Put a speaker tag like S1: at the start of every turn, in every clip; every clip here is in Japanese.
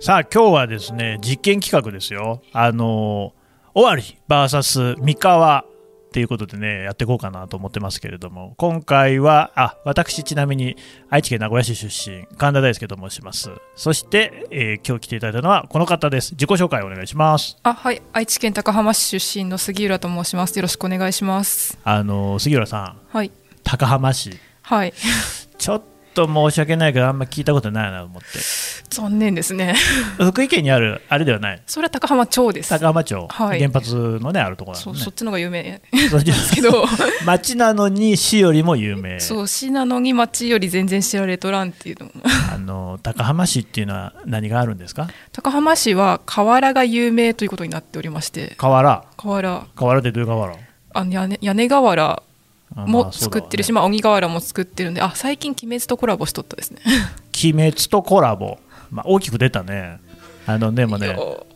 S1: さあ今日はですね実験企画ですよあの尾張 VS 三河っていうことでねやっていこうかなと思ってますけれども今回はあ私ちなみに愛知県名古屋市出身神田大輔と申しますそして、えー今日来ていただいたのはこの方です自己紹介お願いします
S2: あはい愛知県高浜市出身の杉浦と申しますよろしくお願いします
S1: あの杉浦さん
S2: はい
S1: 高浜市
S2: はい
S1: ちょっと申し訳ないけどあんま聞いたことないなと思って
S2: 残念ですね
S1: 福井県にあるあれではない
S2: それは高浜町です
S1: 高浜町、
S2: はい
S1: 原発のねあるところな
S2: そ
S1: の
S2: う
S1: ね
S2: そっちの方が有名で
S1: そっち
S2: すけど
S1: 町なのに市よりも有名
S2: そう市なのに町より全然知られとらんっていうのも
S1: あの高浜市っていうのは何があるんですか
S2: 高浜市は河原が有名ということになっておりまして
S1: 河原
S2: 河原
S1: 河原ってどういう河原
S2: あの屋根屋根瓦
S1: あま
S2: も
S1: あそう
S2: 作
S1: だわね
S2: ってるし、まあ鬼瓦も作ってるんであ最近鬼滅とコラボしとったですね
S1: 鬼滅とコラボ、まあ、大きく出たねあのでも ね
S2: よ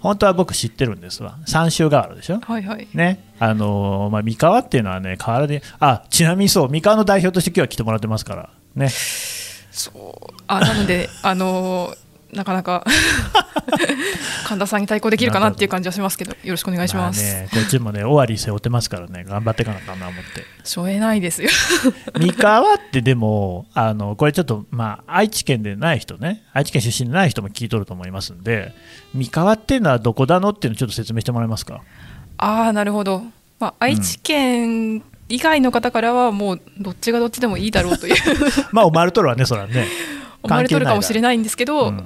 S1: 本当は僕知ってるんですわ三州河原でしょ
S2: はいはい
S1: ねあのまあ、三河っていうのはね河原であちなみにそう三河の代表として今日は来てもらってますからね
S2: そうあなのであのーなか なか神田さんに対抗できるかなっていう感じはしますけどよろしくお願いします、
S1: あね、こっちもね終わり背負ってますからね頑張っていかなあかんな思って
S2: しょえないで すよ
S1: 三河ってでもあのこれちょっとまあ愛知県でない人ね愛知県出身でない人も聞いとると思いますんで三河っていうのはどこだのっていうのをちょっと説明してもらえます か
S2: ああなるほど、まあ、愛知県以外の方からはもうどっちがどっちでもいいだろ うという
S1: まあおまるとるわねそら ね
S2: 思われとるかもしれ
S1: ない
S2: ないんですけど、
S1: うん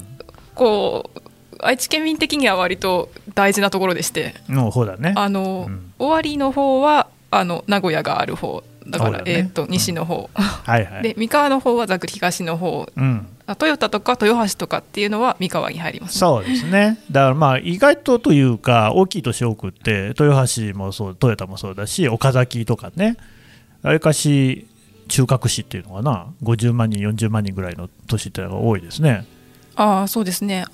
S2: こう愛知県民的には割と大事なところでして
S1: の方だね
S2: あの、
S1: うん
S2: 尾張の方はあの名古屋がある方だか
S1: そ
S2: ら
S1: うだよね
S2: えー、と西の方、
S1: はいはい
S2: で三河の方はざく東の方
S1: うん
S2: あトヨタとか豊橋とかっていうのは三河に入りますね、
S1: そうですねだからまあ意外とというか大きい年多くって豊橋もそうトヨタもそうだし岡崎とかねあれかし中核市っていうのかな50万人40万人ぐらいの都市っていうのが多いですね
S2: ああそうですね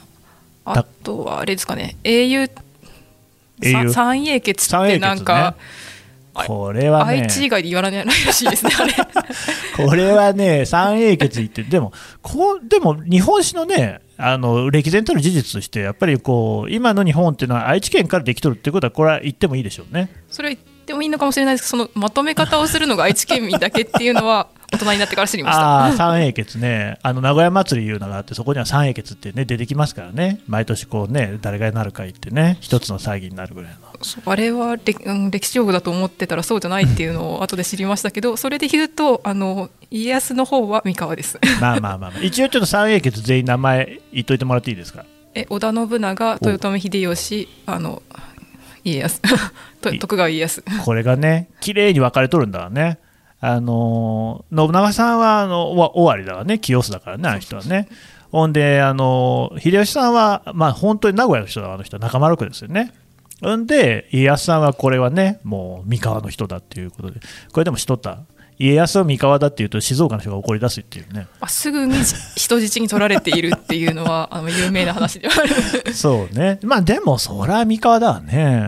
S2: あ
S1: た
S2: とはあれですかね英雄さ
S1: 英雄
S2: 三英傑っ
S1: 三英
S2: て
S1: 傑
S2: なんか、あ
S1: これはね
S2: 愛知以外で言われないらしいですねあ れ
S1: これはね、三英傑言って、でも、こうでも日本史のね、あの歴然たる事実として、やっぱりこう今の日本っていうのは愛知県からできとるっていうことは、これは言ってもいいでしょうね。
S2: それは言ってもいいのかもしれないですけどそのまとめ方をするのが愛知県民だけっていう のは大人になってから知りました
S1: ああー、三英傑ね、あの名古屋祭りいうのがあって、そこには三英傑ってね、出てきますからね、毎年こうね、誰がなるか言ってね、一つの騒ぎになるぐらいの。
S2: そうあれは歴,、うん、歴史用語だと思ってたらそうじゃないっていうのを後で知りましたけどそれで言うとあの家康の方は三河です
S1: まあまあまあ、まあ、一応ちょっと三英傑全員名前言っといてもらっていいですか。
S2: え織田信長豊臣秀吉あの家康 と徳川家康
S1: これがね、綺麗に分かれとるんだわね。あのー信長さんはあのわ尾張だからね、清須だからね、あの人はね。ほんで、あのー秀吉さんは、まあ、本当に名古屋の人だ、あの人は中丸区ですよね。んで、家康さんはこれはね、もう三河の人だっていうことで、これでもしとった。家康を三河だっていうと、静岡の人が怒り出すっていうね。
S2: まあ、すぐにじ人質に取られているっていうのは あの有名な話ではある
S1: そうね。まあ、でも、そりゃ三河だわね。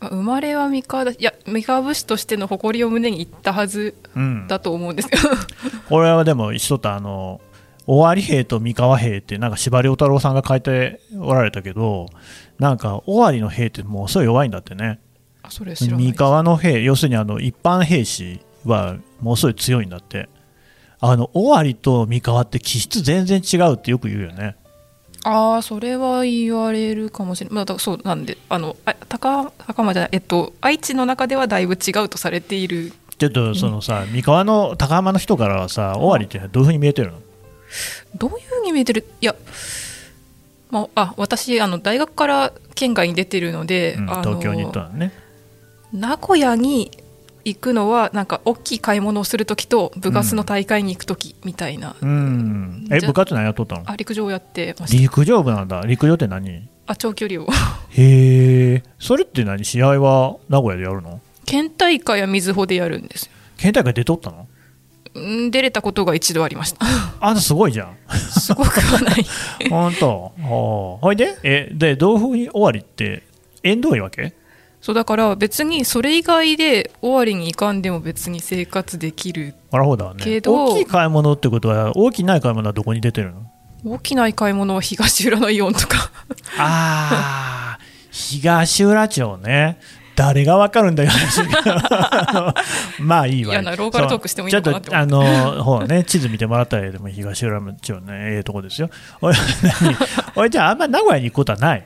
S2: まあ生まれは三河だいや三河武士としての誇りを胸に言ったはず
S1: うん。
S2: だと思うんですけど
S1: これはでも一とったあの尾張兵と三河兵ってなんか司馬遼太郎さんが書いておられたけどなんか尾張の兵ってもうすごい弱いんだってね
S2: あそれは知らない
S1: 三河の兵要するにあの一般兵士はもうすごい強いんだってあの尾張と三河って気質全然違うってよく言うよね
S2: ああそれは言われるかもしれない、まあ、だからそうなんであのあ高高間じゃない、えっと、愛知の中ではだいぶ違うとされている
S1: ちょっとそのさ三河の高浜の人からはさ尾張っていうのはどういうふうに見えてるの
S2: どういうふうに見えてるいや、まあ、あ私あの大学から県外に出てるので、
S1: うん
S2: あの
S1: 東京に行ったのね
S2: 名古屋に行くのはなんか大きい買い物をする時と部活の大会に行く時みたいな、
S1: うんえ
S2: じゃ
S1: 部活何やっとったの
S2: あ陸上をやってました
S1: 陸上部なんだ陸上って何
S2: あ長距離を
S1: へえそれって何試合は名古屋でやるの
S2: 県大会は水穂でやるんですよ
S1: 県大会出とったの
S2: うん出れたことが一度ありました
S1: あんたすごい じゃん
S2: すごくはない
S1: ほんとほうほいでえでどういうふうに終わりって縁遠いわけ
S2: そうだから別にそれ以外で終わりに行かんでも別に生活できる
S1: あらほうだわね
S2: けど
S1: 大きい買い物ってことは大きいない買い物はどこに出てるの
S2: 起きない買い物は東浦のイオンとか
S1: ああ東浦町ね誰がわかるんだよ話が まあいいわ
S2: いやなローカルトークしてもいいのかなって
S1: そうちょっとあのほらね地図見てもらったらでも東浦町ねええとこですよ俺 何俺じゃああんまり名古屋に行くことはない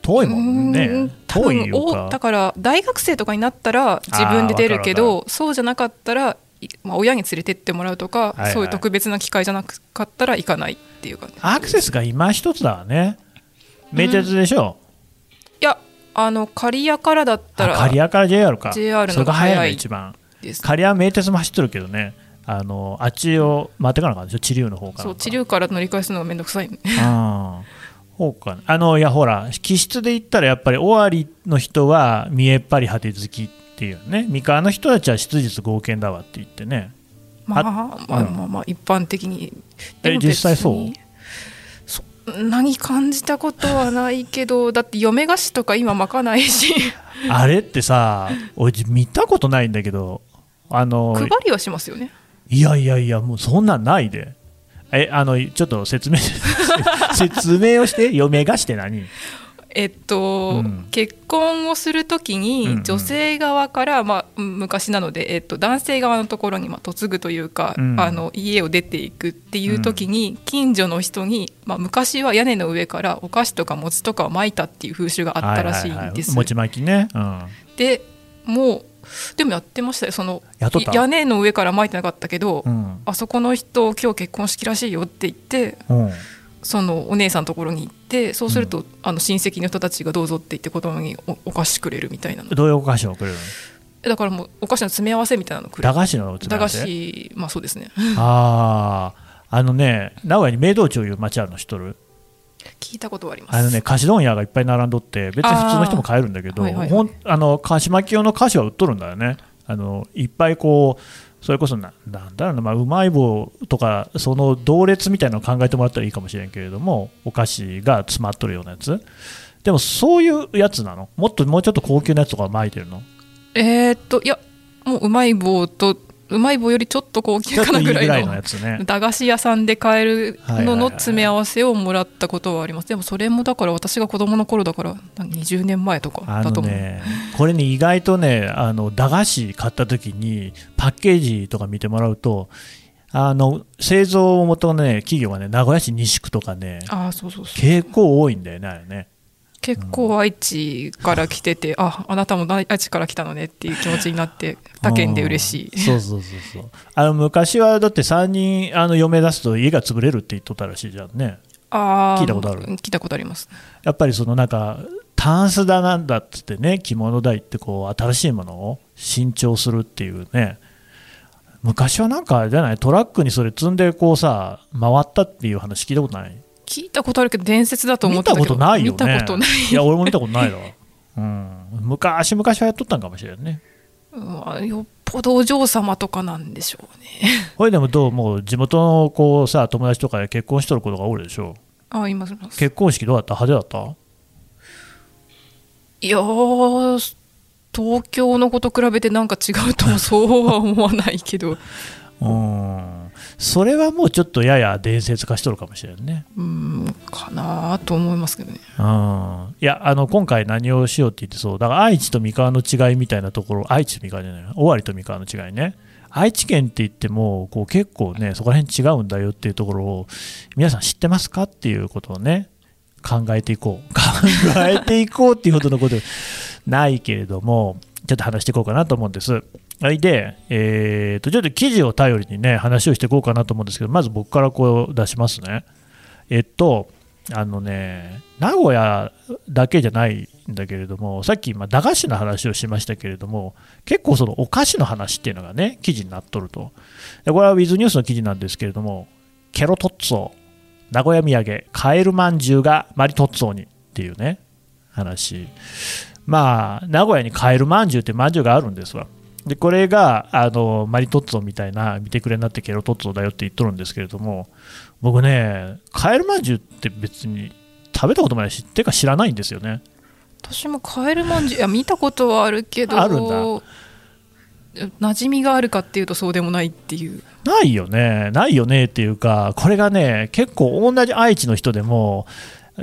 S1: 遠いもん
S2: うーん
S1: ね
S2: 多
S1: 遠い
S2: 分
S1: よ
S2: おだ
S1: か
S2: から大学生とかになったら自分で出るけ
S1: あーわ
S2: どそうじゃなかったら、いまあ、親に連れてってもらうとか、
S1: いはい
S2: そういう特別な機会じゃなかったら行かないっていうか、
S1: アクセスが今一つだわね名鉄でしょ、
S2: いやあの刈谷からだった
S1: あ刈谷
S2: ら
S1: から JR か
S2: JR の
S1: それが早い
S2: 早
S1: の
S2: い
S1: 一番
S2: です
S1: 刈谷名鉄も走ってるけどねあのあっちを回ってかなあかったでしょ地流の方から
S2: そう地流から乗り返すのがめんどくさい、ね、
S1: あそうかねあのいやほら気質で言ったらやっぱり尾張の人は見えっぱり果て好きっていうね三河の人たちは質実剛健だわって言ってね
S2: まあまあ
S1: うん
S2: まあまあ一般的に
S1: え実際そう
S2: そんなに感じたことはないけどだって嫁菓子とか今巻かない し
S1: あれってさ俺見たことないんだけどあの
S2: 配りはしますよね
S1: いやいやいやもうそんなんないでえあのちょっと説明 説明をして嫁がして何
S2: えっと、
S1: うん
S2: 結婚をするとき
S1: うんう
S2: に
S1: ん
S2: 女性側から、まあ、うん昔なので、えっと、男性側のところに、まあ、嫁ぐというか、
S1: うん
S2: あの家を出ていくっていうときに、近所の人に、まあ、昔は屋根の上からお菓子とか餅とかを巻いたっていう風習があったらしいんです。
S1: ははは餅巻きね、うん、
S2: でもうでもやってましたよその
S1: 雇った
S2: い屋根の上から巻いてなかったけど、
S1: うん
S2: あそこの人今日結婚式らしいよって言って
S1: うん
S2: そのお姉さんのところに行ってそうすると、あの親戚の人たちがどうぞって言って子供におお菓子くれるみたいなの
S1: どういうお菓子をくれるの
S2: だからもうお菓子の詰め合わせみたいなのくれ
S1: 駄
S2: る
S1: 菓子のおつ
S2: 駄菓子まあそうですね
S1: あああのね名古屋に明道町いう町あるの知っとる
S2: 聞いたことはあります
S1: あのね菓子問屋がいっぱい並んどって別に普通の人も買えるんだけど
S2: あーはいはいは
S1: ほ
S2: い
S1: んあの菓子巻き用の菓子は売っとるんだよねあのいっぱいこうそれこそななんだろうな、まあ、うまい棒とかその同列みたいなの考えてもらったらいいかもしれんけれどもお菓子が詰まっとるようなやつでもそういうやつなのもっともうちょっと高級なやつとか巻いてるの
S2: えーっといやもううまい棒とうまい棒よりちょっと高級
S1: ちょっと
S2: かない
S1: いぐ
S2: ぐらい
S1: らいの
S2: の
S1: やつね
S2: 駄菓子屋さんで買えるのの詰め合わせをもらったことはあります、でもそれもだから私が子供の頃だからなんか20年前とか
S1: あ
S2: だと
S1: の
S2: 思う、
S1: ね、これね、意外とね、あの駄菓子買った時に、パッケージとか見てもらうと、あの製造元の、ね、企業がね、名古屋市西区とかね、
S2: ああそうそうそう
S1: 結構多いんだよね、あれね。
S2: 結構愛知から来てて、ああなたも愛知から来たのねっていう気持ちになって他県で嬉しい
S1: うんそうそうそうそう。あの昔はだって3人あの嫁出すと家が潰れるって言っとったらしいじゃんね。
S2: あー
S1: 聞いたことある
S2: 聞いたことあります
S1: やっぱりそのなんか、タンスだなんだっつってね、着物だいってこう、新しいものを新調するっていうね、昔はなんかあれじゃない、トラックにそれ積んでこうさ、回ったっていう話聞いたことない。
S2: 聞いたことあるけど伝説だと思
S1: 見
S2: って
S1: た
S2: たけど
S1: ことないよね。
S2: 見たことない
S1: いや、俺も見たこと ないわ。うん、昔、昔はやっとったんかもしれんね。
S2: うんあよっぽどお嬢様とかなんでしょうね
S1: ほいでもどうもう地元のこうさ、友達とかで結婚しとることが多いでしょ。
S2: あーいますいます
S1: 結婚式どうだった派手だった
S2: いやー東京の子と比べてなんか違うともそうは思わないけど
S1: うん。それはもうちょっとやや伝説化しとるかもしれんね。
S2: うんかなと思いますけどね
S1: うんいやあの今回何をしようって言ってそうだから愛知と三河の違いみたいなところ愛知と三河じゃない尾張と三河の違いね愛知県って言ってもこう結構ねそこら辺違うんだよっていうところを皆さん知ってますかっていうことをね考えていこう 考えていこうっていうほどのことないけれどもちょっと話していこうかなと思うんですはいで、えー、とちょっと記事を頼りにね話をしていこうかなと思うんですけどまず僕からこう出しますねえっとあのね、名古屋だけじゃないんだけれども、さっき今、駄菓子の話をしましたけれども、結構そのお菓子の話っていうのがね、記事になっとると。でこれはウィズニュースの記事なんですけれども、ケロトッツォ、名古屋土産、カエルまんじゅうがマリトッツォにっていうね、話。まあ、名古屋にカエルまんじゅうってまんじゅうがあるんですわ。で、これが、あの、マリトッツォみたいな、見てくれになってケロトッツォだよって言っとるんですけれども、僕ねカエルまんじゅうって別に食べたこともないしっていうか知らないんですよね
S2: 私もカエルまんじゅういや見たことはあるけど
S1: あるんだ
S2: 馴染みがあるかっていうとそうでもないっていう
S1: ないよね、ないよねっていうか、これがね、結構同じ愛知の人でも、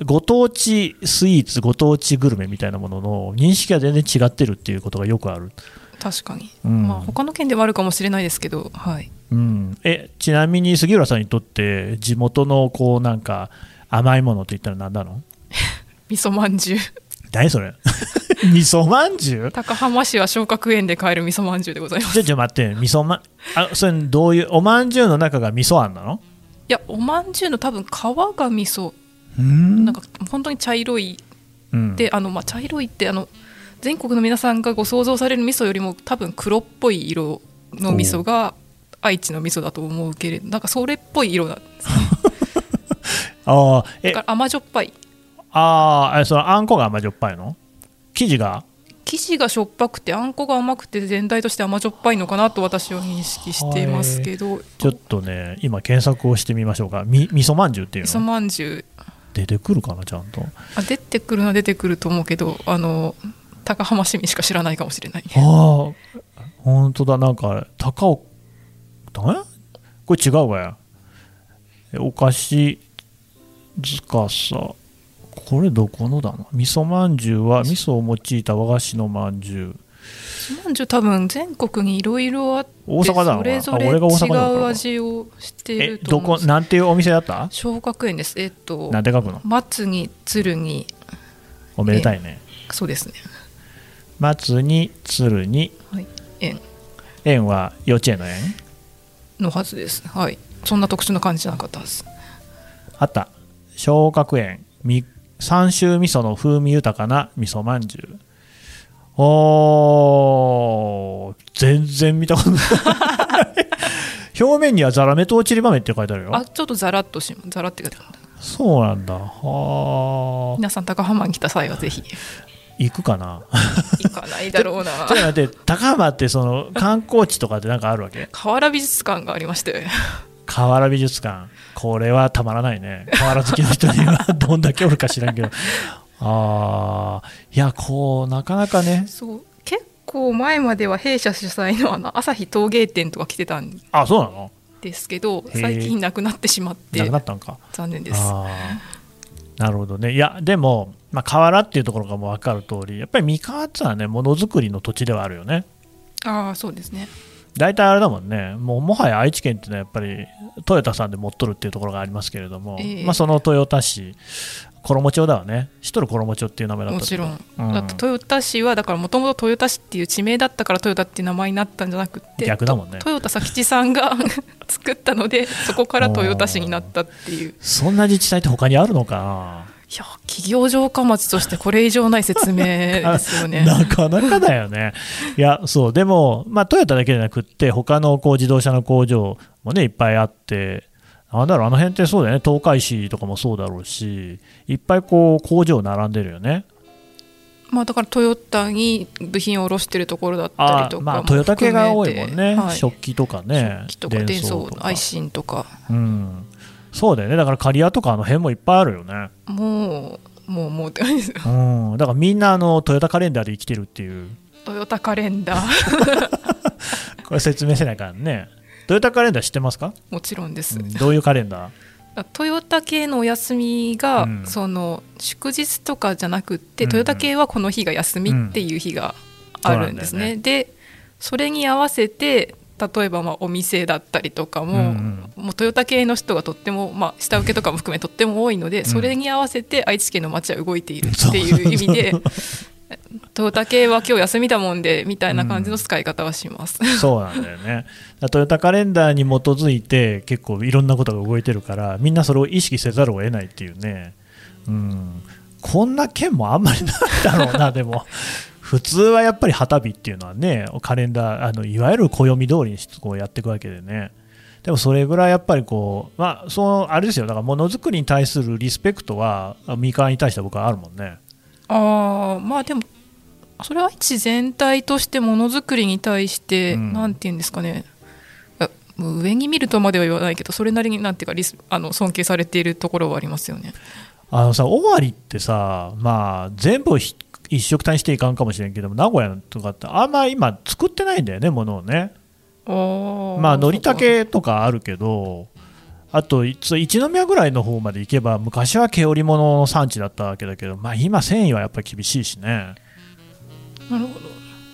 S1: ご当地スイーツ、ご当地グルメみたいなものの認識が全然違ってるっていうことがよくある。
S2: 確かに、
S1: うん
S2: まあ他の県ではあるかもしれないですけどはい
S1: うん、えちなみに杉浦さんにとって、地元のこうなんか甘いものって言ったら何なの
S2: 味噌まんじゅう
S1: 何それ 味噌まんじゅう
S2: 高浜市は昇格園で買える味噌まんじゅうでございます
S1: ちょちょ待って、味噌まん、あそれどういう、おまんじゅうの中が味噌あんなの
S2: いやおまんじゅうの多分皮が味噌
S1: うん
S2: なんか本当に茶色い
S1: うん
S2: であの、まあ、茶色いってあの全国の皆さんがご想像される味噌よりも多分黒っぽい色の味噌が愛知の味噌だと思うけれどなんかそれっぽい色なんです
S1: ああ、え
S2: だか、ら甘じょっぱい
S1: あーあ、そのあんこが甘じょっぱいの生地が
S2: 生地がしょっぱくてあんこが甘くて全体として甘じょっぱいのかなと私は認識していますけど
S1: ちょっとね、今検索をしてみましょうか。み味噌まんじゅうっていう
S2: 味噌
S1: の
S2: まんじゅう
S1: 出てくるかな、ちゃんと。
S2: あ出てくるのは出てくると思うけどあの高浜市民しか知らないかもしれないね
S1: ああ、本当だ、なんか、高尾、えこれ違うわよ。えお菓子塚さ。これどこのだな味噌まんじゅうは味噌を用いた和菓子のまんじゅう。
S2: 味噌まんじゅう多分全国にいろいろあって
S1: 大阪だな
S2: それぞれ
S1: あ
S2: 違
S1: 俺が大阪だから
S2: う味をして
S1: え、
S2: ると
S1: ど
S2: 思う
S1: こ、なんていうお店だった
S2: 小学園ですえっと
S1: なんて書くの
S2: 松に鶴に
S1: おめでたいね。
S2: そうですね
S1: 松に、鶴に、
S2: はい園
S1: 園は幼稚園の園
S2: のはずですはいそんな特殊な感じじゃなかったはず
S1: あった小学園み三州味噌の風味豊かな味噌まんじゅうおー全然見たことない表面にはザラメとちりばめって書いてあるよ
S2: あちょっとザラッとしザラって書いてある
S1: そうなんだはあ
S2: 皆さん高浜に来た際はぜひ
S1: 行くかな
S2: 行かないだ ろうな
S1: ちょっと待って高浜ってその観光地とかってなんかあるわけ
S2: 河原美術館がありまして
S1: 河原美術館これはたまらないね河原好きの人にはどんだけおるか知らんけど ああいやこうなかなかね
S2: そう結構前までは弊社主催のあの朝日陶芸展とか来てたん
S1: あそうなの
S2: ですけど
S1: へえ
S2: 最近なくなってしまって
S1: なくなったんか
S2: 残念です
S1: あーなるほどねいやでも、まあ、河原っていうところがもう分かる通りやっぱり三河ってのはねものづくりの土地ではあるよね
S2: ああそうですね
S1: 大体あれだもんねもうもはや愛知県ってのはやっぱりトヨタさんで持っとるっていうところがありますけれども、
S2: ええ
S1: まあ、その豊田市衣町だわね知っとる衣町っていう名前だった
S2: も
S1: と
S2: ちろん、
S1: うん
S2: だって豊田市はだからもともと豊田市っていう地名だったから豊田っていう名前になったんじゃなくて
S1: 逆だもんね
S2: と豊田佐吉さんが 作ったのでそこから豊田市になったっていうい
S1: そんな自治体って他にあるのか
S2: や企業城下町としてこれ以上ない説明です
S1: な、
S2: よね
S1: なかなかだよね。いや、そう、でも、まあ、トヨタだけじゃなくって、他のこう自動車の工場もね、いっぱいあって、なんだろう、あの辺ってそうだよね、東海市とかもそうだろうし、いっぱいこう工場並んでるよね。
S2: まあだからトヨタに部品を卸してるところだったり
S1: あ
S2: とか
S1: まあ、トヨタ系が多いもんね、
S2: はい、
S1: 食器とかね、
S2: 機とか電装アイシンとか
S1: うん。そうだよね、だから刈谷とかあの辺もいっぱいあるよね。
S2: もうもうもうって感じですよ
S1: うん、だからみんなあのトヨタカレンダーで生きてるっていう。
S2: トヨタカレンダー
S1: これ説明せないからね。トヨタカレンダー知ってますか、
S2: もちろんです、
S1: うんどういうカレンダー
S2: トヨタ系のお休みが、
S1: うん
S2: その祝日とかじゃなくって、
S1: うんうん
S2: トヨタ系はこの日が休みっていう日があるんですね。
S1: う
S2: でそれに合わせて例えばまあお店だったりとかも、
S1: うん
S2: もうトヨタ系の人がとっても、まあ、下請けとかも含めとっても多いので、
S1: ん
S2: それに合わせて愛知県の街は動いているっていう意味で。トヨタ系は今日休みだもんでみたいな感じの使い方はします。
S1: そうなんだよね。だからトヨタカレンダーに基づいて結構いろんなことが動いてるからみんなそれを意識せざるを得ないっていうね。うん、こんな県もあんまりないだろうなでも普通はやっぱり旗日っていうのはねカレンダーあのいわゆる暦通りにこうやっていくわけでね。でもそれぐらいやっぱりこう、まあ、そのあれですよ、だからものづくりに対するリスペクトは、民間に対しては僕はあるもんね。
S2: ああまあでもそれは愛知全体としてものづくりに対して、
S1: うん
S2: なんて言うんですかねあもう上に見るとまでは言わないけどそれなりになんていうかリスあの尊敬されているところはありますよね。
S1: あのさ、尾張ってさ、まあ、全部ひ一色単にしていかんかもしれんけども名古屋とかってあんま今作ってないんだよねものをね
S2: おー
S1: まあのりたけとかあるけどあといつ一宮ぐらいの方まで行けば昔は毛織物の産地だったわけだけどまあ今繊維はやっぱり厳しいしね
S2: なるほど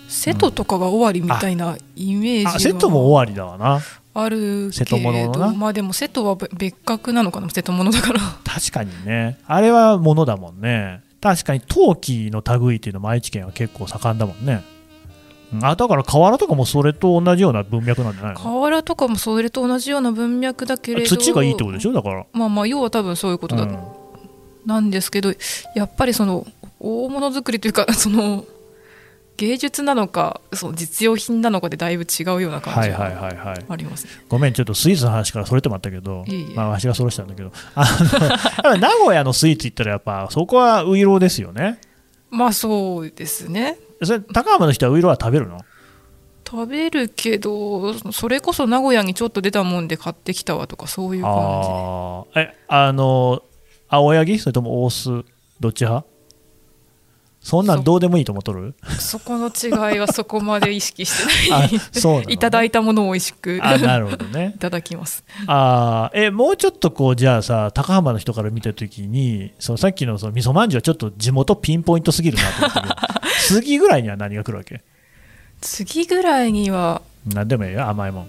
S2: 瀬戸とかが終わりみたいなイメ
S1: あ
S2: ー
S1: 瀬
S2: ジ
S1: 戸
S2: が
S1: も終わりだわな
S2: あるけ
S1: 瀬戸物
S2: れ
S1: の
S2: ど
S1: な
S2: まあでも瀬戸はべ別格なのかな瀬戸物だ から
S1: 確かにねあれはものだもんね確かに陶器の類っていうのも愛知県は結構盛んだもんねうんあだから瓦とかもそれと同じような文脈なんじゃないの
S2: 瓦とかもそれと同じような文脈だけれど
S1: 土がいいってことでしょだから
S2: まあまあ要は多分そういうことだ、
S1: うん
S2: なんですけどやっぱりその大物作りというか その芸術なのかその実用品なのかでだいぶ違うような感
S1: は
S2: じ
S1: いはい
S2: が
S1: はいはい
S2: ありますね、
S1: ごめんちょっとスイーツの話からそれてもあったけど
S2: いえいえ
S1: まあわしがそれしたんだけどあの やっぱ名古屋のスイーツ行ったらやっぱそこはウイローですよね
S2: まあそうですね
S1: それ高浜の人はウイローは食べるの
S2: 食べるけどそれこそ名古屋にちょっと出たもんで買ってきたわとかそういう感
S1: ああーえあの青柳それとも大須どっち派そんなんどうでもいいと思っと る
S2: じそこの違いは そこまで意識してな
S1: あ
S2: い
S1: そうなの、
S2: いただいたものを美味しく
S1: あ ないるほどね
S2: ただきます
S1: あーえもうちょっとこうじゃあさ高浜の人から見た時にそのさっきのその味噌まんじゅうはちょっと地元ピンポイントすぎるなと思ったけど 次ぐらいには何が来るわけ
S2: 次ぐらいには
S1: 何でもいいよ甘いもん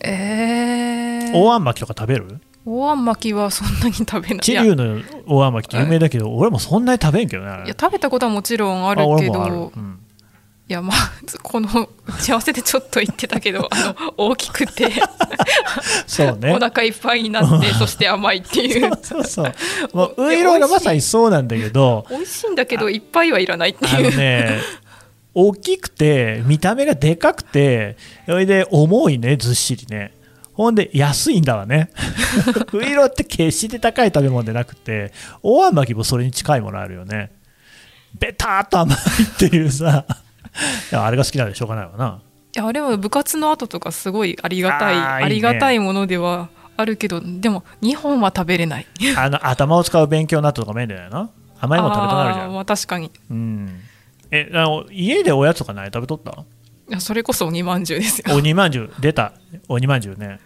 S2: えー、
S1: 大あん巻きとか食べる
S2: 大あん巻きはそんなに食べないい
S1: 知
S2: や
S1: 立の大あん巻きって有名だけど俺もそんなに食べんけどねあれ
S2: いや食べたことはもちろんある
S1: あ俺
S2: け
S1: も
S2: ど
S1: あるうん
S2: いやまあ この打ち合わせでちょっと言ってた けどあの大きくて
S1: そうね
S2: お腹いっぱいになってそして甘いっていう
S1: そうそう。もう、ウイローがまさにそうなんだけど、
S2: 美味しいんだけどいっぱいはいらないって
S1: あの
S2: いう、
S1: ね、大きくて、見た目がでかくて、それで重いね、ずっしりね。ほんで、安いんだわね。 ウイローって決して高い食べ物でなくて、大あん巻きもそれに近いものあるよね。ベターっと甘いっていうさ。 でもあれが好きなんでしょうがないわな。
S2: いやでも部活の後とかすごいありがたい
S1: あ
S2: あ
S1: ーいいね
S2: りがたいものではあるけどでも2本は食べれない
S1: あの、頭を使う勉強になったとか面だよな。甘いもの食べたなるじゃ
S2: あー
S1: ん
S2: ま。あ確かに
S1: うん。え、あの家でおやつとか何食べとった
S2: いやそれこそ鬼まんじゅうですよ
S1: 鬼まんじゅう出た鬼まんじゅうね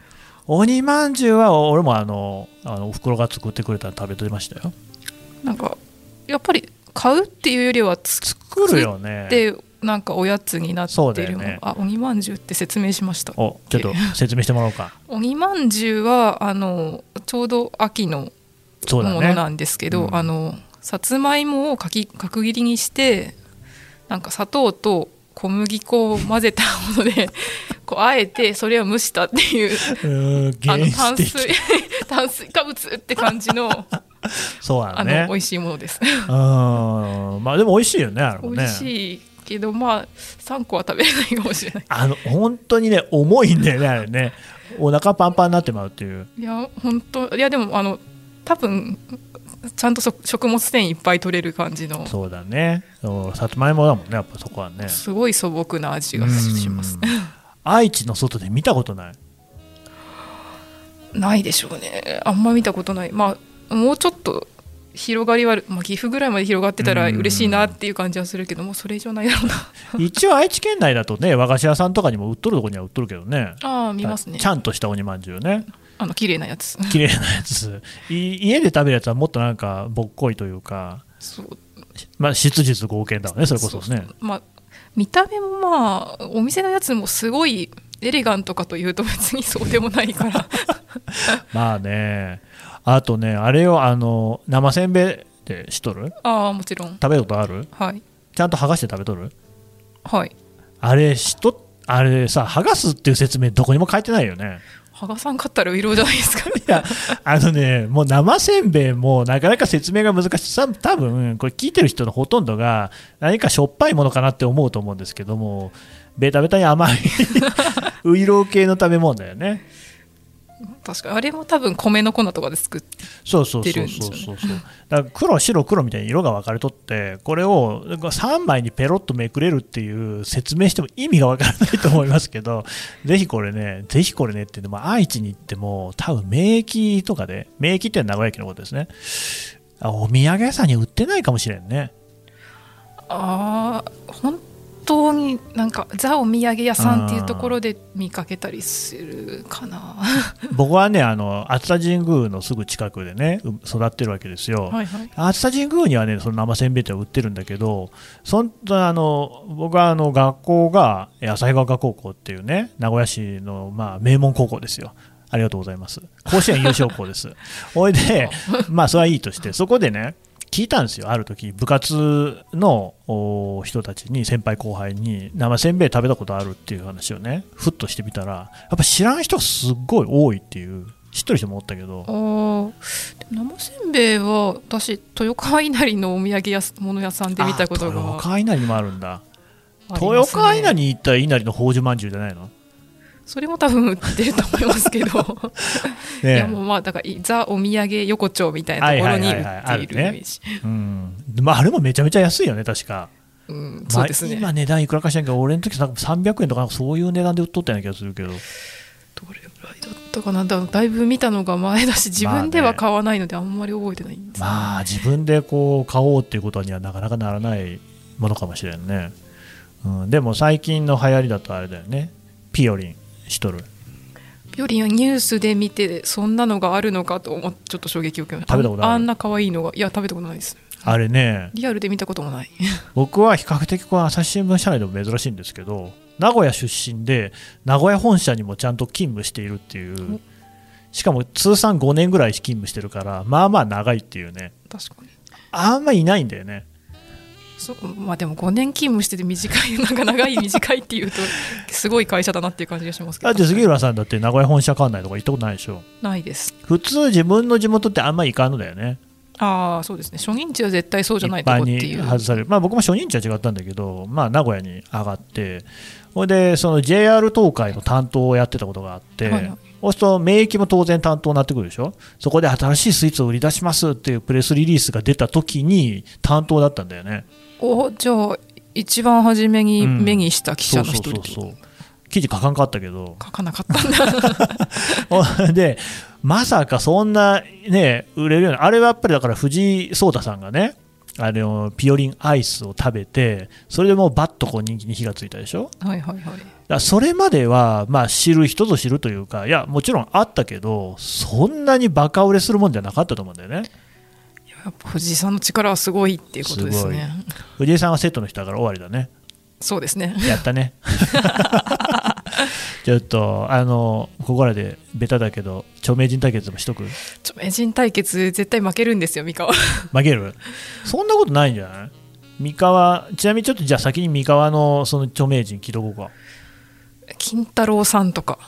S1: 鬼まんじゅうは俺もあのあのおふくろが作ってくれたの食べてましたよ
S2: なんかやっぱり買うっていうよりは作
S1: 作るよね
S2: ってなんかおやつになって
S1: そうだ
S2: る
S1: よ
S2: の、
S1: ね
S2: あ鬼まんじゅうって説明しました
S1: おちょっと説明してもらおうか
S2: 鬼まんじゅうはあのちょうど秋の
S1: そうだ
S2: ものな
S1: ね
S2: んですけど、
S1: うん
S2: あのさつまいもをかき角切りにしてなんか砂糖と小麦粉を混ぜたもの でこうあえてそれを蒸したっていう
S1: うーん
S2: あの
S1: 原
S2: 炭
S1: 始
S2: 水
S1: 的
S2: 炭水 化物って感じの
S1: そう
S2: あ
S1: だ
S2: の
S1: ね
S2: 美味しいものです、
S1: うんまあでも美味しいよねあれも
S2: 美
S1: ね
S2: 味しいけどまあ3個は食べれないかもしれない
S1: あの本当にね重いんだよねあれねお腹パンパンになってまうっていう
S2: いや本当いやでもあの多分ちゃんとそ食物繊維いっぱい取れる感じの
S1: そうだねそうさつまいもだもんねやっぱそこはね
S2: すごい素朴な味がします
S1: う愛知の外で見たことない
S2: ないでしょうねあんま見たことないまあもうちょっと広がりはある、まあ、岐阜ぐらいまで広がってたら
S1: うん
S2: 嬉しいなっていう感じはするけどもうそれ以上ないだろうな
S1: 一応愛知県内だとね和菓子屋さんとかにも売っとるとこには売っとるけどね
S2: ああ見ますね
S1: ちゃんとした鬼まんじゅうね
S2: あの綺麗なやつ
S1: 綺麗なやつい家で食べるやつはもっとなんかぼっこいというか、
S2: そう
S1: まあ、質実合憲だわねそれこそね
S2: まあ見た目もまあお店のやつもすごいエレガントかというと別にそうでもないから
S1: まあねあとねあれをあの生せんべいってしとる
S2: ああもちろん
S1: 食べたことある
S2: はい
S1: ちゃんと剥がして食べとる
S2: はい
S1: あれしとあれさ剥がすっていう説明どこにも書いてないよね
S2: 羽賀さん買ったら色じゃないですか
S1: いやあのねもう生せんべいもなかなか説明が難しいさ多分これ聞いてる人のほとんどが何かしょっぱいものかなって思うと思うんですけどもベタベタに甘い ウイロー系の食べ物だよね
S2: 確かにあれも多分米の粉とかで作って
S1: そうそう
S2: 出
S1: そ
S2: るん
S1: う
S2: です
S1: そう
S2: よね
S1: そうそうだから黒白黒みたいに色が分かれとってこれを3枚にペロッとめくれるっていう説明しても意味が分からないと思いますけど ぜひこれねぜひこれねってでも愛知に行っても多分名駅とかで名駅ってのは名古屋駅のことですねあお土産屋さんに売ってないかもしれんね
S2: ああ本当になんかザ・お土産屋さんっていうところで見かけたりするかな
S1: 僕はねあの熱田神宮のすぐ近くでねう育ってるわけですよ、
S2: はいはい
S1: 熱田神宮にはねその生せんべいって売ってるんだけどそんあの僕はあの学校がえ旭川学高校っていうね名古屋市の、まあ、名門高校ですよありがとうございます甲子園優勝校です おいでまあそれはいいとしてそこでね聞いたんですよある時部活のお人たちに先輩後輩に生せんべい食べたことあるっていう話をねふっとしてみたらやっぱ知らん人がすっごい多いっていう知ってる人もおったけど
S2: あーでも生せんべいは私豊川稲荷のお土産屋す物屋さんで見たこと
S1: あ
S2: が
S1: 豊川稲荷もあるんだ
S2: ありますね
S1: 豊川稲荷に行ったら稲荷の宝珠まんじゅうじゃないの、ね
S2: それも多分売ってると思いますけ どいやもうまあだからいザ・お土産横丁みたいなところに
S1: はい
S2: 売
S1: はいはいはいあ
S2: って
S1: る
S2: いるイ
S1: ね
S2: メージ、
S1: うんでまあ、あれもめちゃめちゃ安いよね、確か。
S2: うん、そうです
S1: ま
S2: ね、
S1: あ今値段いくらかしらんけど、俺の時なんか300円とかなんかそういう値段で売っとったような気がするけど、
S2: どれぐらいだったかなだだいぶ見たのが前だし自分では買わないのであんまり覚えてないんです、
S1: まあ自分でこう買おうっていうことにはなかなかならないものかもしれんね。うん、でも最近の流行りだとあれだよね、ピオリンしとる。
S2: ピオリンはニュースで見てそんなのがあるのかと思ってちょっと衝撃を受けました
S1: 食べたことある
S2: んな可愛いのがいや食べたことないです
S1: あれね、
S2: リアルで見たこともない
S1: 僕は比較的こう朝日新聞社内でも珍しいんですけど名古屋出身で名古屋本社にもちゃんと勤務しているっていう
S2: お
S1: しかも通算5年ぐらい勤務してるからまあまあ長いっていうね
S2: 確かに
S1: あんまいないんだよね
S2: そうまあでも5年勤務してて短いなんか長い短いっていうと すごい会社だなっていう感じがしますけ
S1: だ
S2: ど
S1: って杉浦さんだって名古屋本社管内とか行ったことないでしょ
S2: ないです
S1: 普通自分の地元ってあんまり行かんのだよね
S2: ああそうですね初任地は絶対そうじゃない
S1: 一
S2: とこ
S1: 般
S2: って
S1: に
S2: いう
S1: 外される、まあ、僕も初任地は違ったんだけど、まあ、名古屋に上がって、ほいでその JR 東海の担当をやってたことがあって、
S2: はいはい
S1: そうすると免疫も当然担当になってくるでしょ、そこで新しいスイーツを売り出しますっていうプレスリリースが出た時に担当だったんだよね、
S2: おじゃあ一番初めに目にした記
S1: そ
S2: 者
S1: う
S2: の
S1: そ
S2: 一人
S1: う
S2: って
S1: そ
S2: こ
S1: う
S2: と
S1: そう、記事書かんかったけど、
S2: 書かなかったんだ
S1: ほんで、まさかそんなね、売れるような、あれはやっぱりだから藤井聡太さんがね、あのピオリンアイスを食べて、それでもうバッとこう人気に火がついたでしょ。
S2: はいはいはい
S1: だからそれまでは、まあ、知る人ぞ知るというか、いや、もちろんあったけど、そんなにバカ売れするもんじゃなかったと思うんだよね。
S2: いややっぱ藤井さんの力はすごいっていうことですね
S1: 藤井さんはセットの人だから終わりだね。
S2: そうですね
S1: やった ね。ちょっと、あの、ここらでベタだけど、著名人対決でもしとく
S2: ちょ名人対決絶対負けるんですよ三河
S1: 負けるそんなことないんじゃない三河、ちなみにちょっとじゃあ先に三河のその著名人聞いとこうか。
S2: 金太郎さんとか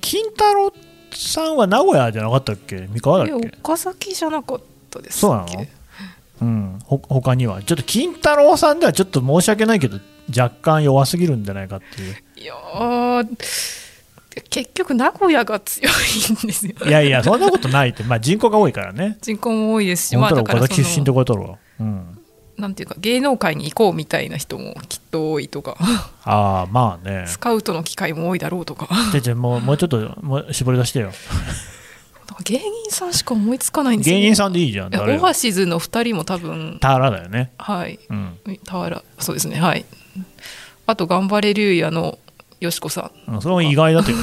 S1: 金太郎さんは名古屋じゃなかったっけ三河
S2: い
S1: だ
S2: や
S1: っけ
S2: 岡崎じゃなかったです
S1: そうなのうん、ほ他にはちょっと金太郎さんではちょっと申し訳ないけど若干弱すぎるんじゃないかっていう
S2: いやー結局名古屋が強いんですよ
S1: いやいやそんなことないって、まあ、人口が多いからね
S2: 人口も多いですし、
S1: 本
S2: まあ、
S1: 当
S2: だ
S1: は
S2: から
S1: 岡
S2: そ
S1: 崎出身って
S2: の
S1: ことだろう、うん、
S2: なんていうか芸能界に行こうみたいな人もきっと多いとか
S1: ああまあね
S2: スカウトの機会も多いだろうとか
S1: じゃあじゃあもうもうちょっともう絞り出してよ
S2: なんか芸人さんしか思いつかないんですよ
S1: 芸
S2: ね
S1: 人さんでいいじゃん
S2: いや
S1: 誰
S2: オアシズの2人も多分
S1: タラだよね
S2: はい
S1: うん、
S2: 田原そうですねはいあと頑張れ竜也のよしこさん
S1: うんそれも意外だけど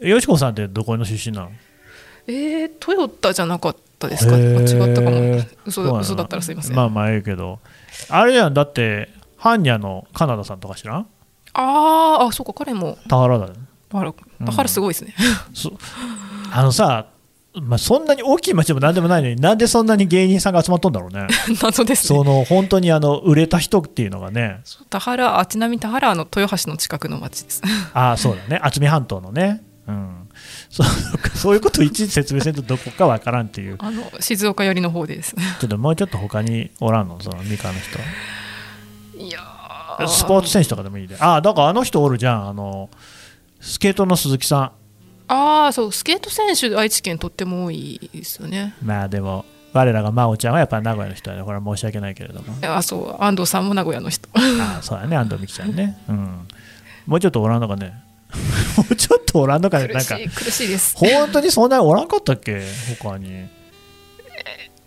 S1: えよしこさんってどこの出身なの
S2: えー、トヨタじゃなかったですかねあ違ったか
S1: へ
S2: も
S1: ーそ
S2: 嘘
S1: うな
S2: だ
S1: の
S2: 嘘だったらすいません、
S1: まあまあええけどあれじゃんだってハンニャのカナダさんとか知らん
S2: あーあそうか彼も
S1: 田原だよ
S2: 田原田原すごいですね、
S1: そあのさ、まあ、そんなに大きい町でもなんでもないのになんでそんなに芸人さんが集まっとんだろう ね
S2: 謎ですね
S1: その本当にあの売れた人っていうのがね
S2: そう田原あちなみに田原はあの豊橋の近くの 町です
S1: ああそうだね渥美半島のねうんそうそういうことをいちいち説明せんとどこかわからんっていう
S2: あの静岡寄りの方です
S1: ちょっともうちょっと他におらんのその三河の人
S2: いや
S1: スポーツ
S2: ツ
S1: 選手とかでもいいでああだからあの人おるじゃんあのスケートの鈴木さ
S2: ああそうスケート選手愛知県とっても多いですよね
S1: んまあでも我らが真央ちゃんはやっぱり名古屋の人だねこれは申し訳ないけれども
S2: あそう安藤さんも名古屋の人
S1: ああそうだね安藤美希ちゃんねうんもうちょっとおらんのかね もうちょっとおらんのかね
S2: 苦
S1: なんか
S2: しい苦しいです
S1: 本当にそんなにおらんかったっけ他に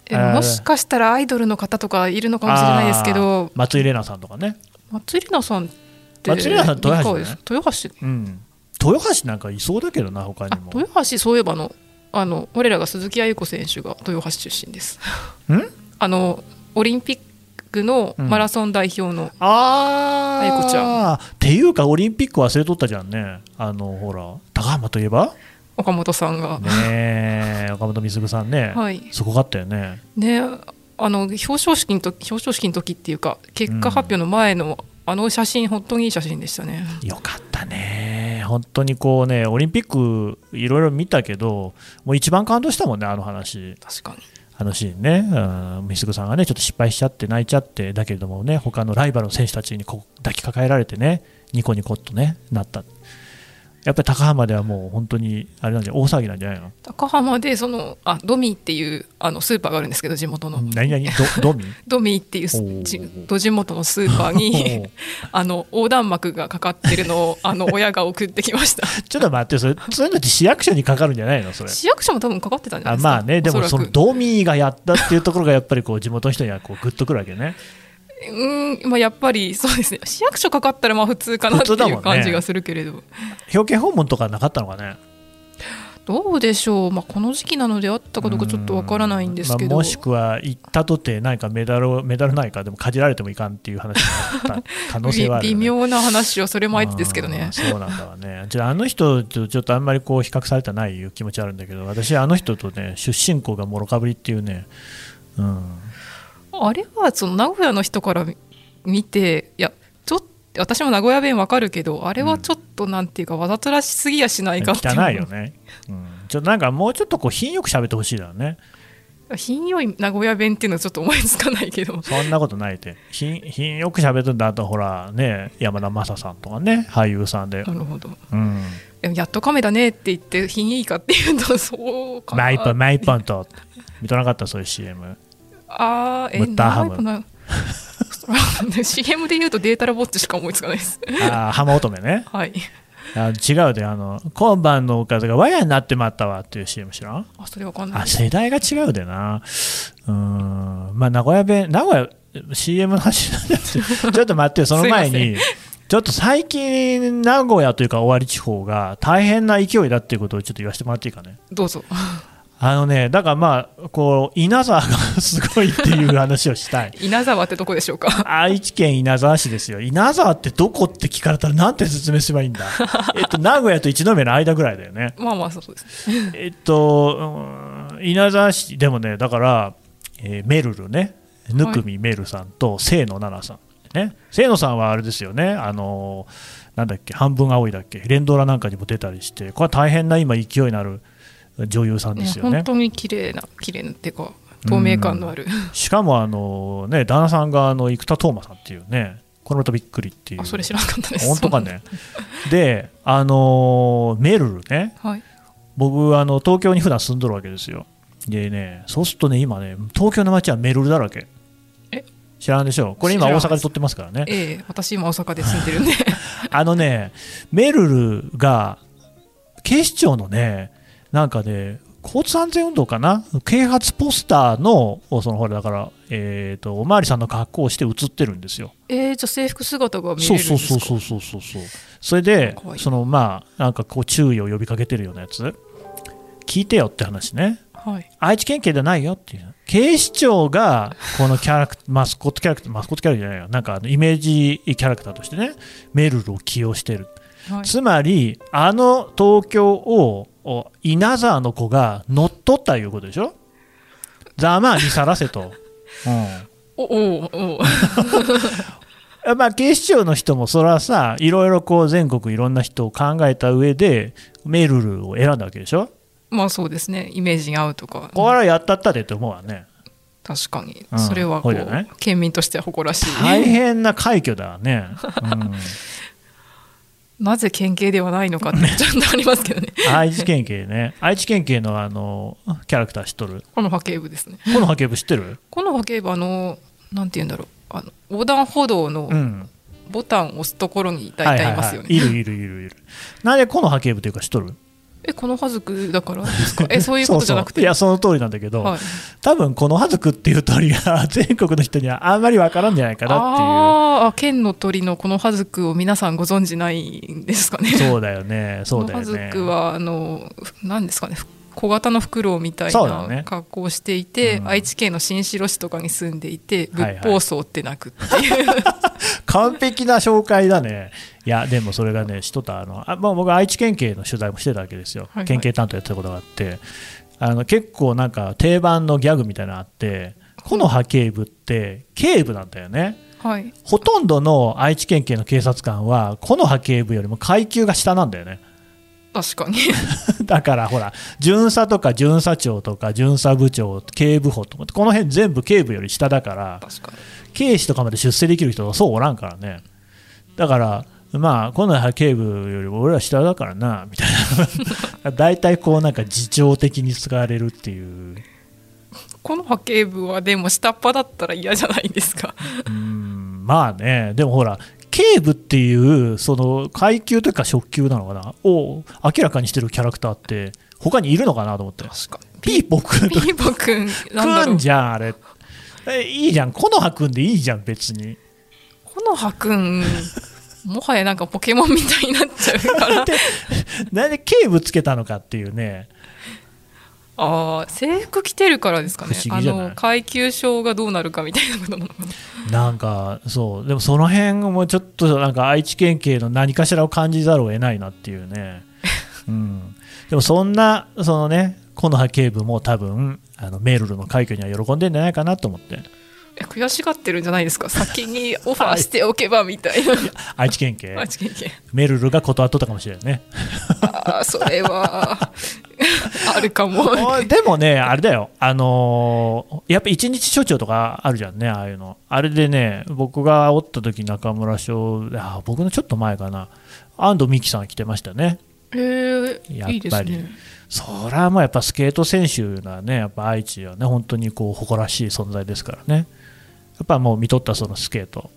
S2: えもしかしたらアイドルの方とかいるのかもしれないですけど
S1: あー松井玲奈さんとかね、
S2: 松井玲奈さんって
S1: 松井玲奈さん豊橋じゃない
S2: いかがです豊橋
S1: うん、豊橋なんかいそうだけどな他に
S2: あ
S1: も
S2: 豊橋そういえばあのあの我らが鈴木亜由子選手が豊橋出身です。
S1: ん
S2: あのオリンピックの
S1: うん
S2: マラソン代表の、
S1: あ
S2: あゆこちゃ
S1: んっていうかオリンピック忘れとったじゃんねあのほら高浜といえば
S2: 岡本さんが、
S1: ね え岡本美嗣さんね、
S2: はい
S1: すごかったよね
S2: ねあの表彰式の時表彰式の時っていうか結果発表の前の、あの写真本当にいい写真でしたね。
S1: よかったね本当にこうねオリンピックいろいろ見たけどもう一番感動したもんねあの話
S2: 確かに
S1: あのシーンね、うん、美鈴さんがね、ちょっと失敗しちゃって、泣いちゃって、だけれどもね、他のライバルの選手たちにこう抱きかかえられてね、ニコニコっとね、なった。やっぱり高浜ではもう本当に、あれなんじゃ、大騒ぎなんじゃないの
S2: 高浜でそのあドミーっていうあのスーパーがあるんですけど地元の、
S1: 何々、ど、ドミ
S2: ドミーっていうす
S1: おー
S2: じど地元のスーパーに あの横断幕がかかってるのをあの親が送ってきまし た。
S1: ちょっと待って、それ、そういうのって市役所にかかるんじゃないのそれ。
S2: 市役所も多分かかってたんじゃない
S1: あ
S2: ですか
S1: まあね、でも
S2: おそ
S1: そ
S2: ら
S1: の
S2: く
S1: ドミーがやったっていうところがやっぱりこう地元の人にはこうグッとくるわけね。
S2: うん、まあ、やっぱりそうですね市役所かかったらまあ普通かなって
S1: 普通だ
S2: い
S1: もん
S2: う
S1: ね
S2: 感じがするけれど、
S1: 表敬訪問とかなかったのかね。
S2: どうでしょう、まあ、この時期なのであったかどうかちょっとわからないんですけ
S1: ま
S2: ど、
S1: あもしくは行ったとて何かメダルをメダルないかでもかじられてもいかんっていう話になった可能性はある
S2: び
S1: よね、
S2: 微 妙な話をそれもあえてですけど
S1: う
S2: ね
S1: んそうなんだわねじゃああの人とちょっとあんまりこう比較されたないいう気持ちあるんだけど私あの人とね出身校がもろかぶりっていうねうん
S2: あれはその名古屋の人から見見ていやちょっと私も名古屋弁わかるけどあれはちょっとなんていうかわざとらしすぎやしないかっていう
S1: 汚いよね、うん、ちょっとなんかもうちょっとこう品よく喋ってほしいだよね
S2: 品よい名古屋弁っていうのはちょっと思いつかないけど
S1: そんなことないって品品よく喋るんだあとほらね山田雅さんとかね俳優さんで
S2: なるほど
S1: うん
S2: でもやっとカメだねって言って品いいかっていうとそうかな
S1: マイポンマイポンと見となかったそういう CM
S2: あーえ
S1: ムッターハム
S2: 長いかなそう ね CM で言うとデータラボッチしか思いつかないです
S1: あー浜乙女ね
S2: はい
S1: あ違うであの今晩のおかずがわやになってまったわっていう CM 知らん
S2: あそれわかんない
S1: あ世代が違うでなうーんまあ名古屋弁名古屋 CM の話なん ですけどちょっと待ってよその前
S2: すい
S1: にちょっと最近名古屋というか尾張地方が大変な勢いだっていうことをちょっと言わせてもらっていいかね
S2: どうぞ
S1: あのねだからまあこう稲沢がすごいっていう話をしたい
S2: 稲沢ってどこでしょ うか
S1: 愛知県稲沢市ですよ稲沢ってどこって聞かれたらなんて説明すればいいん だえっと名古屋と一宮の間ぐらいだよね
S2: まあまあそうです
S1: えっと、うーん稲沢市、でもね、だから、えーメルルね、ぬくみメルさんと清野奈々さん、ね、清野さんはあれですよね、あのーなんだっけ、半分青いだっけ、連ドラなんかにも出たりして、これは大変な今、勢いのある女優さん
S2: ね
S1: ですよ
S2: 本
S1: ね。
S2: 当に綺麗な綺麗なっていうか透明感のある
S1: しかも、あのーね、旦那さんがあの生田斗真さんっていうね、これまたびっくりっていう。
S2: あそれ知らなかったです
S1: 本当かね。で、あのーメルルね、
S2: はい
S1: 僕あの東京に普段住んどるわけですよでねそうするとね今ね東京の街はメルルだらけ
S2: え
S1: 知らんでしょこれ今
S2: 知ら
S1: 大
S2: ん
S1: 阪で撮ってますからね
S2: ええ私今大阪で住ん でるんで
S1: あのねメルルが警視庁のねなんかね交通安全運動かな啓発ポスターのそのほらだからえっ、とおまわりさんの格好をして写ってるんですよ
S2: ええじゃあ制服姿が見
S1: そ
S2: れ
S1: う
S2: るんです
S1: そう
S2: か
S1: そうそうそうそうそうそれで
S2: かわいい
S1: そのまあなんかこう注意を呼びかけてるようなやつ聞いてよって話ね
S2: はい
S1: 愛知県警ではないよっていう警視庁がこのキャラクマスコットキャラクターマス コットキャラクターじゃないよなんかあのイメージキャラクターとしてねメルルを起用してる、
S2: はい
S1: つまりあの東京をお稲沢の子が乗っ取ったいうことでしょざまあ見さらせ と、う
S2: おおうおう
S1: んまあ、警視庁の人もそれはさいろいろこう全国いろんな人を考えた上でメルルを選んだわけでしょ
S2: まあそうですねイメージに合うとか
S1: これはやったったでって思うわね
S2: 確かに、
S1: うん
S2: それはこう
S1: そうじゃない
S2: 県民としては誇らしい
S1: 大変な快挙だわね、うん
S2: なぜ県警ではないのかってちょっとありますけどね
S1: 愛知県警ね愛知県警のあのキャラクター知っとる
S2: この波形部ですね
S1: この波形部知ってる
S2: この波形部あのなんて言うんだろうあの横断歩道
S1: う
S2: の
S1: ん
S2: ボタンを押すところに大体いますよね、
S1: はいはいはい、いるいるいるいるなんでこの波形部というか知っとる
S2: えこのはずくだからですかえそういうことじゃなく
S1: そ
S2: て
S1: うそういやその通りなんだけど、
S2: はい、
S1: 多分この葉月っていう鳥が全国の人にはあんまりわからんじゃないかなっ
S2: ああ県の鳥のこのハズクを皆さんご存知ないんですかね
S1: ていうそうだよねそうだよね
S2: このハズクはあの何ですかねふ小型のフクロウみたい
S1: そうだね
S2: な格好をしていて、
S1: うん
S2: 愛知県の新城市とかに住んでいて
S1: はいはい
S2: 仏法僧って鳴くっていう、
S1: 完璧な紹介だね。いや、でもそれがね、一たあの、あまあ、僕、愛知県警の取材もしてたわけですよ、
S2: はいはい
S1: 県警担当やってたことがあって、あの結構なんか定番のギャグみたいなのあって、この波警部って、警部なんだよね。
S2: はい、
S1: ほとんどの愛知県警の警察官は、この波警部よりも階級が下なんだよね。
S2: 確かに
S1: だからほら、巡査とか巡査長とか巡査部長、警部補とか、この辺全部警部より下だから、
S2: 確かに
S1: 警視とかまで出世できる人はそうおらんからねだからまあ今度は警部よりも俺ら下だからなみたいな 大体こうなんか自重的に使われるっていう
S2: この波形部はでも下っ端だったら嫌じゃないですか
S1: うんまあねでもほら警部っていうその階級というか職級なのかなを明らかにしてるキャラクターって他にいるのかなと思って
S2: 確かに
S1: ピーポくん
S2: ピ
S1: と
S2: ーボくんなんだ
S1: く
S2: ろうん
S1: じゃんあれえいいじゃん木の葉くんでいいじゃん別に
S2: この葉くんもはやなんかポケモンみたいになっちゃうから
S1: なんで警部つけたのかっていうね
S2: ああ制服着てるからですかね
S1: 不思
S2: あ
S1: 議じゃない
S2: の階級症がどうなるかみたいなことなのかな
S1: なんかそうでもその辺もちょっとなんか愛知県警の何かしらを感じざるを得ないなっていうね、うん、でもそんなそのね木の葉警部も多分あのメールルの快挙には喜んでんじゃないかなと思って
S2: え悔しがってるんじゃないですか先にオファーしておけばみたいな、
S1: 愛知県警
S2: 愛知県警
S1: メールルが断っとったかもしれないね
S2: ああそれは あるかも
S1: おい でもねあれだよあのーやっぱ一日署長とかあるじゃんねああいうのあれでね僕がおった時中村署あ僕のちょっと前かな安藤美希さん来てましたね
S2: へえ
S1: やっぱり
S2: いいですね
S1: そりゃもうやっぱスケート選手はねやっぱ愛知はね本当にこう誇らしい存在ですからねやっぱもう見とったそのスケート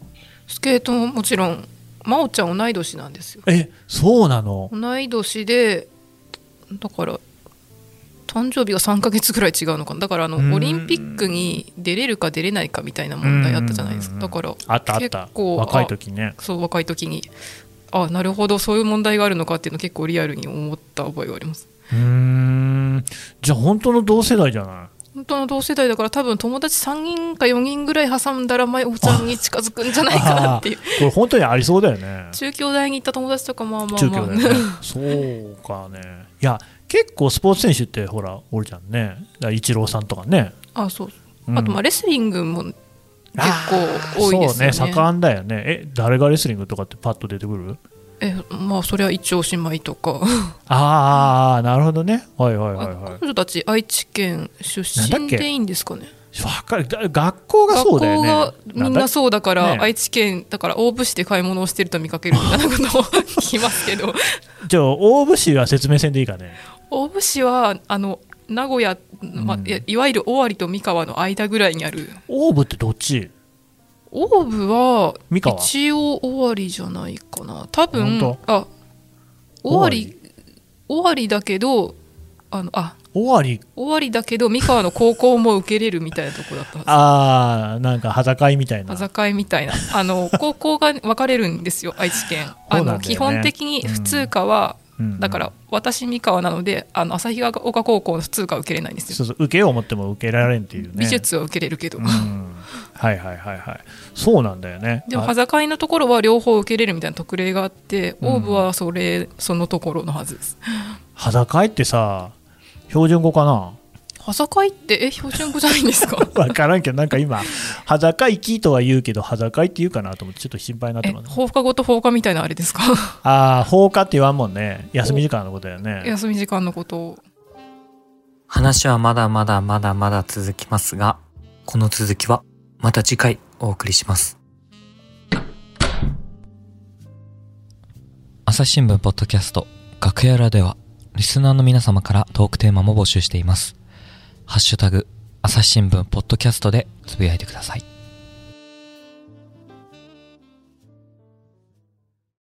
S2: スケートももちろん真央ちゃん同い年なんですよ
S1: えそうなの
S2: 同い年でだから誕生日が3ヶ月ぐらい違うのかなだからあ
S1: うん
S2: のオリンピックに出れるか出れないかみたいな問題あったじゃないです
S1: う
S2: か
S1: ん
S2: だから
S1: あったあった
S2: 結構
S1: 若い時ね
S2: そう若い時にあなるほどそういう問題があるのかっていうの結構リアルに思った覚えがあります
S1: うーんじゃあ本当の同世代じゃな
S2: 本当の同世代だから多分友達3人か4人ぐらい挟んだら前おちゃんに近づくんじゃないいかなっていう
S1: あーこれ本当にありそうだよね
S2: 中京大に行った友達とかまあまあ
S1: 中
S2: ま
S1: 京
S2: あ、
S1: だよねそうかねいや結構スポーツ選手ってほらおるじゃんねだからイチローさんとかね、
S2: あそう
S1: うん
S2: あとまあレスリングも結構多いですよね
S1: そうね盛んだよねえ誰がレスリングとかってパッと出てくる
S2: えまあそれは一応姉妹とか、
S1: ああ、なるほどね。はいはいはいはい。
S2: 彼女た ち愛知県出
S1: なんだっ
S2: 身
S1: け
S2: でいいんですかね
S1: わかる。だ学校がそうだよね。
S2: 学校がみんなそうだから
S1: ね
S2: 愛知県だから大府市で買い物をしてると見かけるみたいなことを 聞きますけど
S1: じゃあ、大府市は説明せんでいいかね。
S2: 大府市はあの名古屋、まあ
S1: うん
S2: いやいわゆる尾張と三河の間ぐらいにある
S1: 大府ってどっち
S2: 大府は
S1: 三河
S2: 一応尾張じゃないかな多
S1: 本
S2: 分あ尾張尾張だけどあのあ
S1: 尾張。
S2: 尾張だけど三河の高校も受けれるみたいなとこだったはず
S1: ああ、なんか、裸いみたいな。
S2: あざかいみたいな あの高校が分かれるんですよ愛知県
S1: そうな
S2: あ
S1: んだよ
S2: の、
S1: ね
S2: 基本的に普通科は、
S1: うん
S2: だから私三河なのであの旭川岡高校の普通科は受けれないんですよ、
S1: そうそう、受けよう思っても受けられんっていうね。
S2: 美術は受けれるけど、
S1: うん。はいはいはいはい。そうなんだよね。
S2: でも
S1: あ
S2: 端境のところは両方受けれるみたいな特例があって
S1: うん
S2: オーブはそれそのところのはずです
S1: 裸いってさ、標準語かな
S2: 端境ってえ標準語じゃな いんですか
S1: わからんけど、なんか今、 裸いきとは言うけど、裸いって言うかなと思って、ちょっと心配になっ
S2: え
S1: てます。
S2: 放課後と放課みたいなあれですか
S1: ああ、放課って言わんもんね。休み時間のことだよね。
S2: 休み時間のことを
S3: 話はまだまだまだまだ続きますが、この続きはまた次回お送りします。朝日新聞ポッドキャスト楽屋裏ではリスナーの皆様からトークテーマも募集しています。ハッシュタグ朝日新聞ポッドキャストでつぶやいてください。